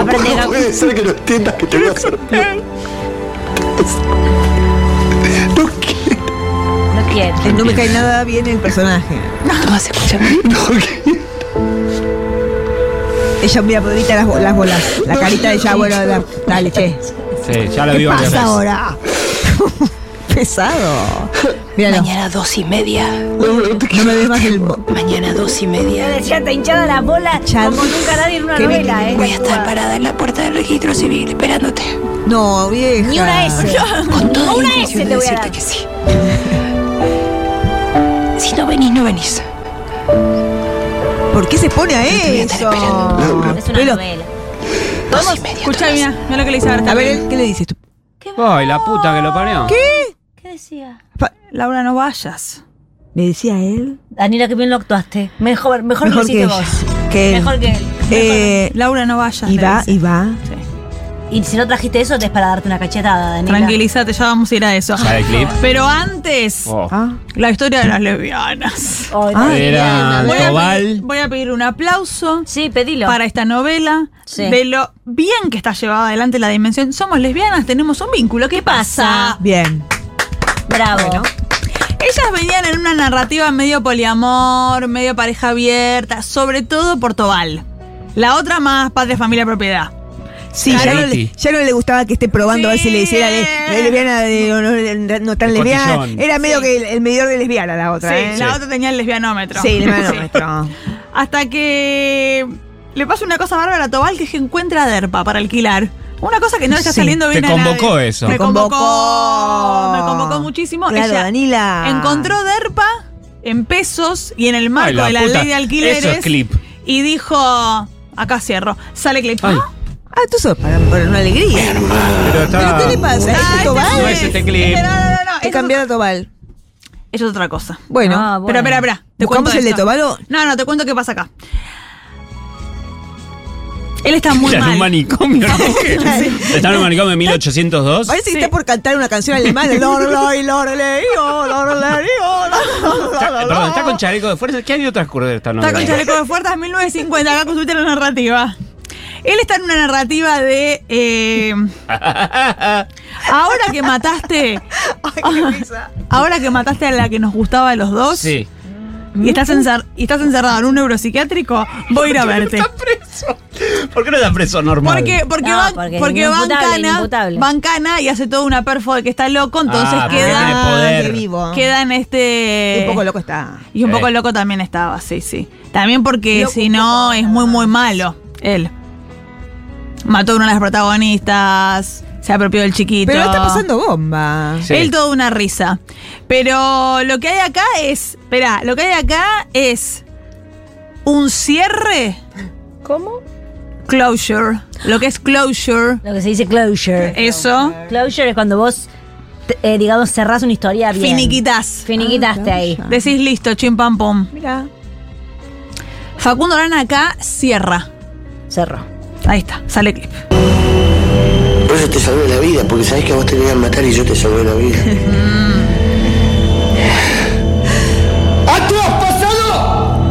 S2: Aprende,
S7: No
S2: Gaku.
S7: puede ser que no entiendas que te voy a hacer. No quiero,
S2: No quiere.
S5: Eh, No me cae nada bien el personaje.
S10: Tomás, escúchame.
S7: no quiero.
S5: Ella mira ahorita las, bo- las bolas. La carita de ella, bueno, la- dale, che.
S8: Sí, ya la
S5: ¿Qué
S8: vio varias
S5: pasa
S8: veces.
S5: ahora? Pesado. Míralo.
S10: Mañana dos y media.
S7: No, no te
S5: No
S7: quiero.
S5: me ves más el mo-
S10: Mañana dos y
S2: Yo
S10: media.
S2: decía, está hinchada la bola
S5: Ya.
S2: como nunca nadie en una
S5: Qué
S2: novela, ¿eh?
S10: Voy a estar parada en la puerta del registro civil esperándote.
S5: No, vieja.
S2: Ni una S.
S10: Con toda
S2: Una
S10: la intención
S2: S
S10: de
S2: te voy a
S10: decirte
S2: dar.
S10: que sí. Si no venís, no venís.
S5: ¿Por qué se pone a
S10: voy a estar
S5: eso?
S10: esperando.
S7: Laura.
S2: Es una
S5: Pero-
S2: novela.
S10: Dos y media.
S3: Escuchá, mira, mira lo que le dice Berta.
S5: A ver, él, ¿qué le dices tú?
S2: ¿Qué,
S8: Ay, la puta que lo parió.
S2: ¿Qué decía?
S3: Laura, no vayas.
S5: Me decía él.
S2: Daniela, qué bien lo actuaste. Mejor, mejor,
S5: Mejor
S2: que lo hiciste
S5: que
S2: vos.
S5: ella. Que él.
S2: Mejor que él.
S5: Eh,
S3: Laura, no vayas.
S5: y
S3: le
S5: va,
S3: dice.
S5: y va.
S2: Y si no trajiste eso, te es para darte una cachetada, Daniela.
S3: Tranquilízate, ya vamos a ir a eso.
S8: ¿Sabe el clip?
S3: Pero antes,
S8: Oh.
S5: Ah.
S3: la historia de las lesbianas.
S2: Ay,
S5: Ah,
S2: Daniela.
S8: Era
S3: Voy a, pedir,
S8: Tobal.
S3: voy a pedir un aplauso
S2: Sí, pedilo.
S3: para esta novela,
S2: Sí.
S3: de lo bien que está llevada adelante la dimensión. Somos lesbianas, tenemos un vínculo. ¿Qué pasa?
S5: Bien.
S2: Bravo.
S3: Ellas venían en una narrativa medio poliamor, medio pareja abierta, sobre todo Portobal. La otra más padre, familia, propiedad.
S5: Sí, ya no, le, ya no le gustaba que esté probando a ver si le hiciera le- le- lesbiana de, o no, le- no tan
S8: El
S5: lesbiana.
S8: cotillón.
S5: Era medio que el, el medidor de lesbiana la
S3: Sí,
S5: otra. ¿eh?
S3: la otra tenía el lesbianómetro.
S5: Sí, el
S3: Sí.
S5: manómetro.
S3: Hasta que le pasa una cosa bárbara a Tobal que es que encuentra a Derpa para alquilar. Una cosa que no le está
S5: Sí,
S3: saliendo bien
S8: te
S3: a nadie.
S8: convocó eso.
S3: Me
S5: Me
S3: convocó.
S5: convocó.
S3: Me convocó muchísimo.
S5: Claro,
S3: Ella
S5: Danila.
S3: Encontró Derpa en pesos y en el marco
S8: Ay, la
S3: de la
S8: puta.
S3: ley de alquileres.
S8: Eso es clip.
S3: Y dijo, acá cierro. Sale clip.
S8: Ay,
S5: Ah, tú sos para, por una alegría.
S8: pero
S5: ¿Pero
S8: está.
S5: qué le pasa?
S3: Ah,
S5: ¿Es
S3: este
S5: Tobal?
S8: No es este clip.
S3: No, no, no, no.
S5: He
S3: Eso,
S5: cambiado a Tobal.
S3: eso es otra cosa.
S5: Bueno,
S2: Ah, bueno.
S3: Espera, espera, espera. Te
S5: ¿buscamos
S3: cuento
S5: el de
S3: esto.
S5: Tobalo?
S3: No, no, te cuento qué pasa acá. Él está muy
S8: Está en
S3: mal.
S8: un manicomio. Está en un manicomio de 1802.
S5: parece que está por cantar una canción alemana. Lorelei, Lorelei, oh, Lorelei, oh, Lorelei.
S8: Está- eh, Perdón, está con chaleco de fuerza. ¿Qué año transcurre esta novela?
S3: Está con chaleco de fuerzas 1950, acá consulta la narrativa. Él está en una narrativa de. eh, ahora que mataste. ahora que mataste a la que nos gustaba a los dos.
S8: Sí.
S3: Y estás, encer- y estás encerrado en un neuropsiquiátrico, voy a ir a verte.
S8: ¿Por qué no está preso normal?
S3: Porque, porque,
S2: No,
S3: van,
S2: porque
S3: porque,
S2: es
S3: van
S2: inimputable,
S3: cana,
S2: inimputable.
S3: van cana y hace toda una perfo de que está loco, entonces
S8: Ah, porque
S3: queda,
S8: tiene poder.
S5: qué vivo.
S3: queda en este.
S5: Un poco loco está.
S3: Y un
S8: Sí.
S3: poco loco también estaba, sí, sí. También porque
S5: Loco,
S3: si
S5: un
S3: no
S5: poco.
S3: es muy, muy malo él. Mató a una de las protagonistas, se apropió del chiquito.
S5: Pero la está pasando bomba.
S8: Sí.
S3: Él toda una risa. Pero lo que hay acá es, espera, lo que hay acá es un cierre. ¿Cómo? Closure. Lo que es closure,
S2: Lo que se dice closure.
S3: eso,
S2: Closure es cuando vos, te- eh, digamos, cerrás una historia bien.
S3: finiquitas.
S2: Finiquitaste ahí.
S3: Decís listo, chim pam pum.
S5: Mira.
S3: Facundo Arana acá cierra.
S2: Cerró.
S3: Ahí está, sale clip.
S7: Por eso te salvé la vida, porque sabés que a vos te querían matar y yo te salvé la vida. ¡A tu pasado!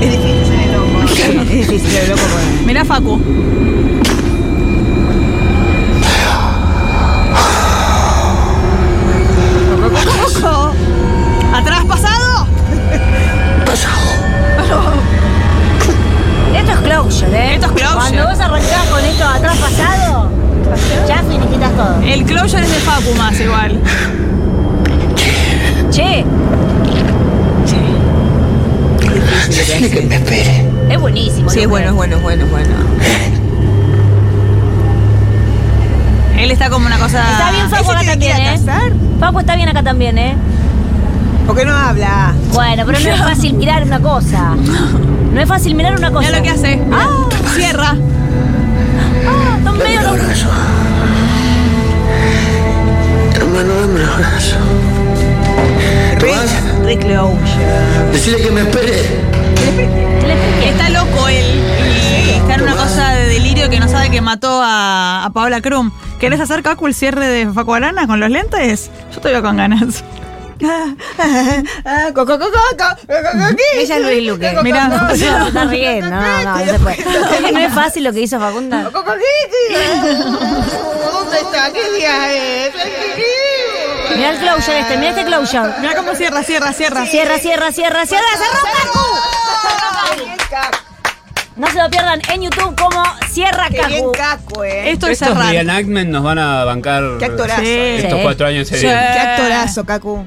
S5: Es difícil ser el loco. Es difícil ser el loco. porque-
S3: Mirá Facu. ¿Atrás pasado?
S7: Pasado.
S2: Esto es closure, ¿eh?
S3: Esto es closure.
S2: Cuando vos arrancás
S3: Closure es de Facu más igual.
S2: Che,
S7: Dile que me espere.
S2: es buenísimo.
S5: Sí, es bueno, es bueno, es bueno, es bueno.
S3: Él está como una cosa.
S2: Está bien Facu
S5: ¿Ese
S2: acá
S5: tiene Ah,
S2: también,
S5: que ir a
S2: ¿eh?
S5: cazar?
S2: Facu está bien acá también, ¿eh?
S5: ¿Por qué no habla?
S2: Bueno, pero no es fácil mirar una cosa. No es fácil mirar una cosa.
S3: Mira lo que hace.
S2: Ah,
S3: Cierra.
S2: ah, está medio...
S7: Dame un abrazo. Hermano, dame un abrazo. Tomás,
S5: Rick Closure.
S7: decile que me espere.
S3: Está loco él. Y está en una cosa de delirio que no sabe que mató a, a Paola Krum. ¿Querés hacer, Cacu, el cierre de Facu Arana con los lentes? Yo te veo con ganas.
S5: Ah, co, co, co, co, co, co, co, co,
S2: Ella es Luis Luque.
S5: co, co,
S3: Mirá.
S5: co, co,
S2: No, está bien. No, no, no se puede. No es fácil lo que hizo Facunda.
S5: co, co, co, co. ¿Dónde está? ¿Qué día es?
S2: Mirá el closure este, mirá este closure.
S3: Mira cómo cierra, cierra, cierra.
S2: Cierra, cierra, cierra, cierra, cerró
S5: ¡Qué
S2: Cacu.
S5: bien caco!
S2: No se lo pierdan en YouTube como Cierra
S5: ¡Qué bien
S2: Cacu.
S5: caco, eh!
S3: Esto es
S8: Estos
S3: cerrar.
S8: reenactments nos van a bancar
S5: ¡Qué actorazo!
S3: Sí.
S5: eh.
S8: estos
S2: Sí.
S8: cuatro años. se
S3: Sí.
S8: vienen.
S5: ¡Qué actorazo, Cacu!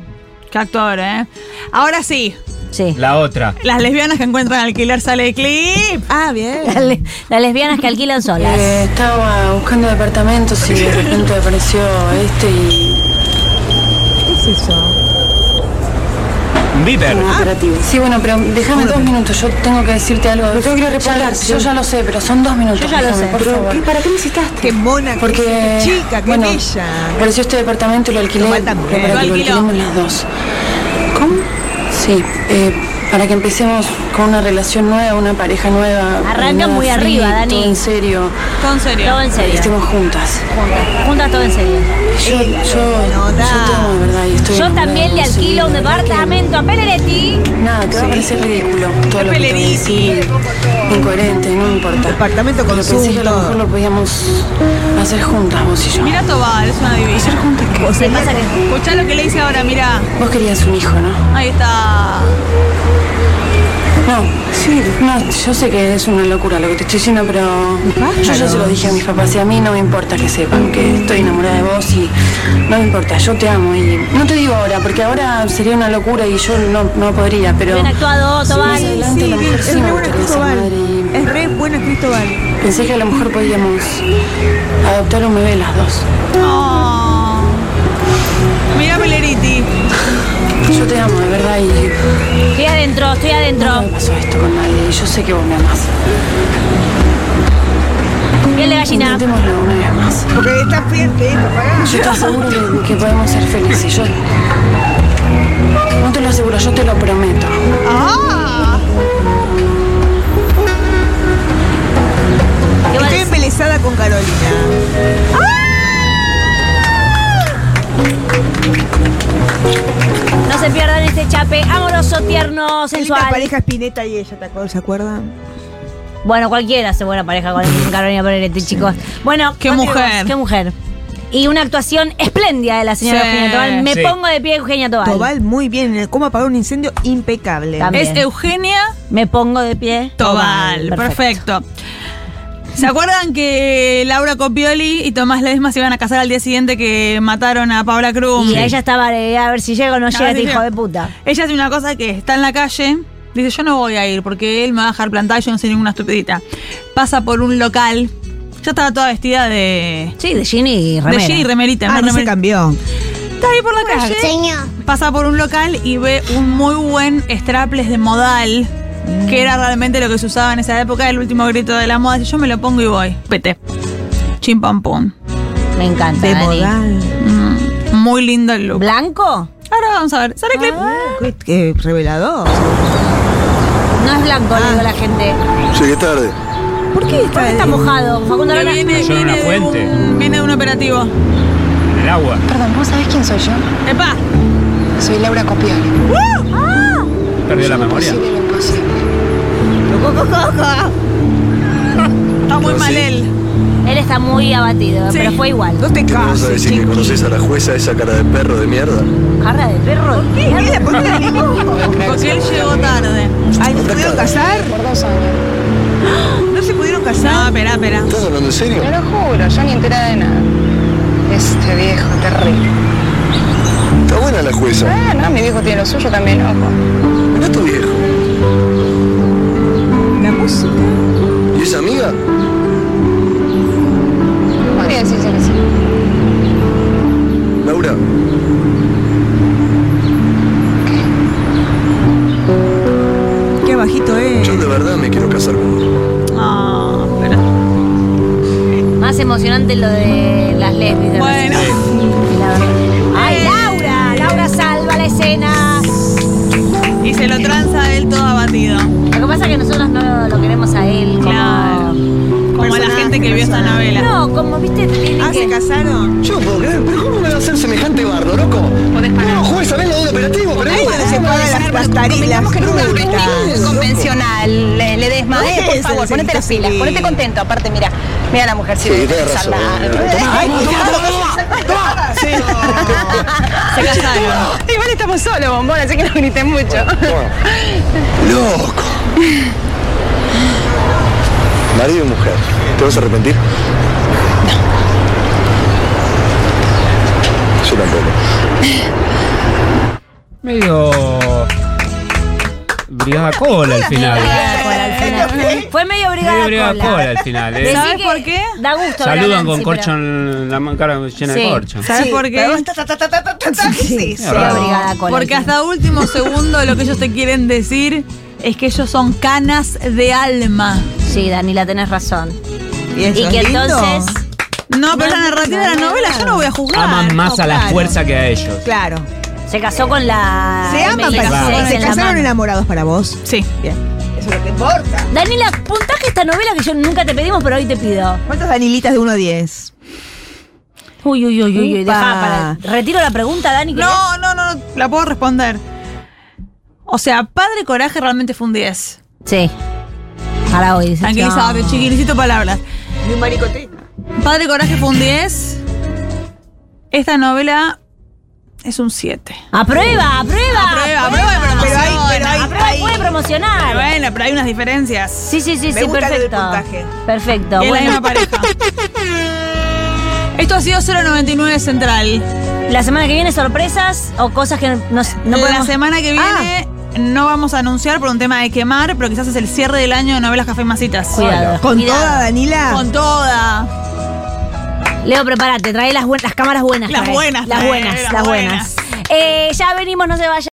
S3: Qué actor, ¿eh? Ahora sí.
S2: Sí.
S8: La otra.
S3: Las lesbianas que encuentran alquiler sale de clip.
S5: Ah, bien.
S2: Las le- las lesbianas que alquilan solas.
S10: Eh, estaba buscando departamentos y de repente apareció este y...
S8: Un Viper.
S10: Ah. Sí, bueno, pero déjame dos minutos, yo tengo que decirte algo. Yo quiero yo ya lo sé, pero son dos minutos.
S2: Yo ya lo
S10: déjame,
S2: sé.
S10: Por favor.
S5: ¿Para qué necesitaste? ¡Qué mona! qué
S10: Porque,
S5: chica! ¡Qué
S10: bueno,
S5: bella!
S10: apareció este departamento y lo alquilé.
S5: No falta mujer.
S10: para que
S3: Lo
S10: lo
S3: alquiló.
S10: alquilemos las dos. ¿Cómo? Sí, eh, para que empecemos con una relación nueva, una pareja nueva.
S2: Arranca
S10: nada
S2: muy
S10: frío,
S2: arriba, Dani.
S10: todo en serio.
S3: Todo en serio.
S2: Todo en
S10: Que
S2: serio.
S10: Estemos juntas.
S2: Juntas. Juntas todo en serio.
S10: Yo, yo, yo te amo, de verdad, y estoy
S2: Yo
S10: enamorada,
S2: también le
S10: no sé,
S2: alquilo un
S10: la verdad que-
S2: departamento a Peleretti.
S10: Nada, te va a parecer ridículo. Todo lo que te voy a decir, incoherente, no importa.
S5: Departamento con
S10: Pero pensé que a lo mejor
S5: todo.
S10: lo podíamos hacer juntas, vos y yo.
S3: Mira Tobal, es una división.
S2: ¿Qué pasa que
S3: Escuchá lo que le dice ahora, mira.
S10: Vos querías un hijo, ¿no?
S3: Ahí está.
S10: No, sí, no, yo sé que es una locura lo que te estoy diciendo, pero
S5: Ah,
S10: yo ya se lo dije a mis papás y a mí no me importa que sepan que estoy enamorada de vos y no me importa, yo te amo y no te digo ahora, porque ahora sería una locura y yo no, no podría, pero
S2: bien actuado,
S10: Sí,
S2: Tobal?
S10: sí,
S5: Sí,
S10: adelante, a lo mejor
S5: es
S10: sí me
S5: re buena
S10: gustaría ser madre
S5: Cristóbal.
S10: y
S5: Es re buena Cristóbal.
S10: pensé que a lo mejor podíamos adoptar un bebé las dos.
S3: Oh. Mira Peleriti.
S10: Yo te amo, de verdad, y
S2: Estoy adentro, estoy
S10: no me
S2: adentro.
S10: pasó esto con nadie y yo sé que vos me amás.
S2: Piel de gallina.
S10: Intentémoslo una vez más.
S5: Porque está fuerte esto, pará.
S10: Yo te aseguro que, que podemos ser felices. Yo. No te lo aseguro, yo te lo prometo.
S2: ¿Qué va a
S5: Estoy
S2: decir?
S5: embelesada con Carolina.
S2: No se pierdan este chape amoroso, tierno,
S5: Qué linda
S2: sensual.
S5: pareja Spinetta y ella, ¿te acuerdas? ¿Se acuerdan?
S2: Bueno, cualquiera hace buena pareja con Carolina Peleretti, chicos. Bueno,
S3: Qué
S2: continuemos.
S3: mujer.
S2: Qué mujer. Y una actuación espléndida de la señora
S3: Sí.
S2: Eugenia Tobal. Me
S8: Sí.
S2: pongo de pie, Eugenia Tobal.
S5: Tobal muy bien, en el cómo apagar un incendio impecable. Ah,
S2: También.
S3: Es Eugenia
S2: Me pongo de pie.
S3: Tobal. Perfecto. ¿Se acuerdan que Laura Copioli y Tomás Ledesma se iban a casar al día siguiente que mataron a Paula Krum?
S2: Y ella estaba eh, a ver si llega o no
S3: A
S2: llega
S3: ver
S2: este
S3: si
S2: hijo
S3: llega.
S2: de puta.
S3: Ella hace una cosa que está en la calle, dice yo no voy a ir porque él me va a dejar plantada, yo no soy ninguna estupidita. Pasa por un local, ya estaba toda vestida de...
S2: Sí, de Ginny y
S3: De
S2: remera.
S3: jean y remerita,
S5: Ah,
S3: no
S5: no se
S3: remerita.
S5: cambió.
S3: Está ahí por la calle. Pasa por un local y ve un muy buen strapless de modal, que era realmente lo que se usaba en esa época, el último grito de la moda. Dice, yo me lo pongo y voy. Vete. Chim pam pum.
S2: Me encanta.
S5: De
S2: Dani.
S5: modal.
S3: Mm, muy lindo el look.
S2: ¿Blanco?
S3: Ahora vamos a ver. Sale clip.
S8: Ah.
S5: Qué- Qué revelador.
S2: No es blanco, le digo a la gente.
S7: Llegué tarde.
S5: ¿Por qué está,
S2: Está mojado. Facundo
S3: Pero
S2: Arana.
S3: viene,
S8: Cayó en una
S3: viene de
S8: fuente.
S3: un- viene de un operativo.
S8: El agua.
S10: Perdón, ¿vos sabés quién soy yo?
S3: ¡Epa!
S10: Soy Laura Copioli.
S8: Perdió la memoria.
S10: Imposible, lo imposible.
S3: Está muy mal él.
S2: Él está muy abatido,
S3: Sí.
S2: pero fue igual.
S5: No te
S7: ¿Vas a
S5: cases,
S7: decir que
S5: chiqui.
S7: conoces a la jueza esa cara de perro de mierda?
S2: Cara de perro.
S5: Mira, ¿por qué le digo?
S3: Porque él llegó tarde.
S5: Ay, ¿no se pudieron casar?
S10: Por dos años.
S5: ¿No se pudieron casar?
S3: No, espera, espera.
S7: ¿Estás hablando en serio?
S10: Te lo juro, yo ni enterada de nada.
S11: este viejo, terrible.
S7: Está buena la jueza.
S11: Ah, no, mi viejo tiene lo suyo también, ojo.
S7: Mirá tu viejo.
S11: La música.
S7: ¿Y es amiga?
S11: Podría decirse que sí.
S7: Laura.
S3: Qué bajito es.
S7: Yo de verdad me quiero casar con vos.
S3: Ah, espera.
S2: Más emocionante lo de las lesbis. de
S3: Bueno.
S2: recién. La verdad. ¡Ay, Laura! Laura salva la escena.
S3: Y se lo tranza él todo abatido.
S2: Lo que pasa es que nosotros no lo queremos a él.
S3: Claro.
S2: Como,
S3: Como la gente que vio esta novela.
S2: No, como viste, tiene
S3: Ah,
S2: que...
S3: se casaron.
S7: Yo no puedo creer, pero ¿cómo me va a hacer semejante bardo, loco? No, juez, sabés lo de un operativo, pero
S5: Ahí donde se pagan las pastarilas.
S11: Comentamos que no es una cuestión
S5: brutas.
S11: convencional. Le, le des más,
S5: No
S11: eh, por
S5: es
S11: favor,
S5: el
S11: ponete las
S5: sexo
S11: pilas,
S5: sí.
S11: ponete contento. Aparte, mira, mira la mujer si
S7: Sí, tenés razón.
S5: Ay,
S3: Se casaron.
S11: Igual estamos solos, bombón, así que no grité mucho.
S7: Loco. Marido y mujer, ¿te vas a arrepentir? No. Yo tampoco.
S8: Medio. Brigada cola al final.
S2: Brigada Cola al final. Fue medio
S8: Medio
S2: brigada,
S8: brigada cola al final. eh.
S2: Decí
S3: ¿Sabes
S2: que
S3: por qué?
S2: Da gusto. hablar
S8: Saludan
S2: de
S8: con
S2: Nancy,
S8: corcho en la man- cara llena
S2: Sí.
S8: de corcho.
S3: ¿Sabes por qué?
S5: Pero vos ta, ta, ta, ta, ta, ta, ta, ¿qué es eso?
S2: pero- Medio brigada cola.
S3: Porque hasta último segundo lo que ellos te quieren decir es que ellos son canas de alma.
S2: Sí, Danila, tenés razón.
S5: Y,
S2: Y
S5: eso es
S2: que
S5: lindo.
S2: entonces...
S3: No, pero la narrativa de la novela yo no voy a juzgar.
S8: Aman más
S5: no,
S8: a la
S5: claro.
S8: fuerza que a ellos.
S5: Claro.
S2: Se casó con
S11: Ah,
S2: la.
S5: Se aman
S2: M16
S5: para vos.
S2: en
S5: Se
S2: la
S5: casaron
S2: mano.
S5: enamorados para vos.
S3: Sí.
S5: Bien. Eso es lo que importa.
S2: Danila, puntaje esta novela que yo nunca te pedimos, pero hoy te pido.
S5: ¿Cuántas anilitas de 1 a 10?
S2: Uy, uy, uy, uy, uy.
S5: Upa.
S2: Dejá para. Retiro la pregunta, Dani. que
S3: No, no, no, no, la puedo responder. O sea, Padre Coraje realmente fue un 10.
S2: Sí. Para hoy. dice,
S3: Tranquilizado,
S2: chao.
S3: chiqui, necesito palabras.
S5: Ni un maricote.
S3: Padre Coraje fue un 10. Esta novela es un 7.
S2: Aprueba, aprueba.
S3: Aprueba, aprueba de
S5: Pero hay, pero hay,
S2: Aprueba,
S5: hay-
S2: puede promocionar.
S3: Bueno, pero hay unas diferencias.
S2: Sí, sí, sí,
S5: Me
S2: sí,
S5: gusta lo del
S2: perfecto.
S5: puntaje.
S2: Perfecto.
S3: Es la
S2: Ah, Bueno,
S3: misma pareja. Esto ha sido 099 Central.
S2: la semana que viene, sorpresas o cosas que nos, no
S3: pues la
S2: podemos.
S3: semana que viene
S2: Ah.
S3: no vamos a anunciar por un tema de quemar, pero quizás es el cierre del año de novelas Café y Masitas.
S2: Cuidado.
S5: Con
S2: cuidado.
S5: toda, Danila.
S3: Con toda.
S2: Leo, prepárate, trae las, buen- las cámaras buenas.
S3: Las
S2: trae.
S3: buenas,
S2: Las
S3: trae,
S2: buenas,
S3: las
S2: las buenas. Eh, ya venimos, no se vayan.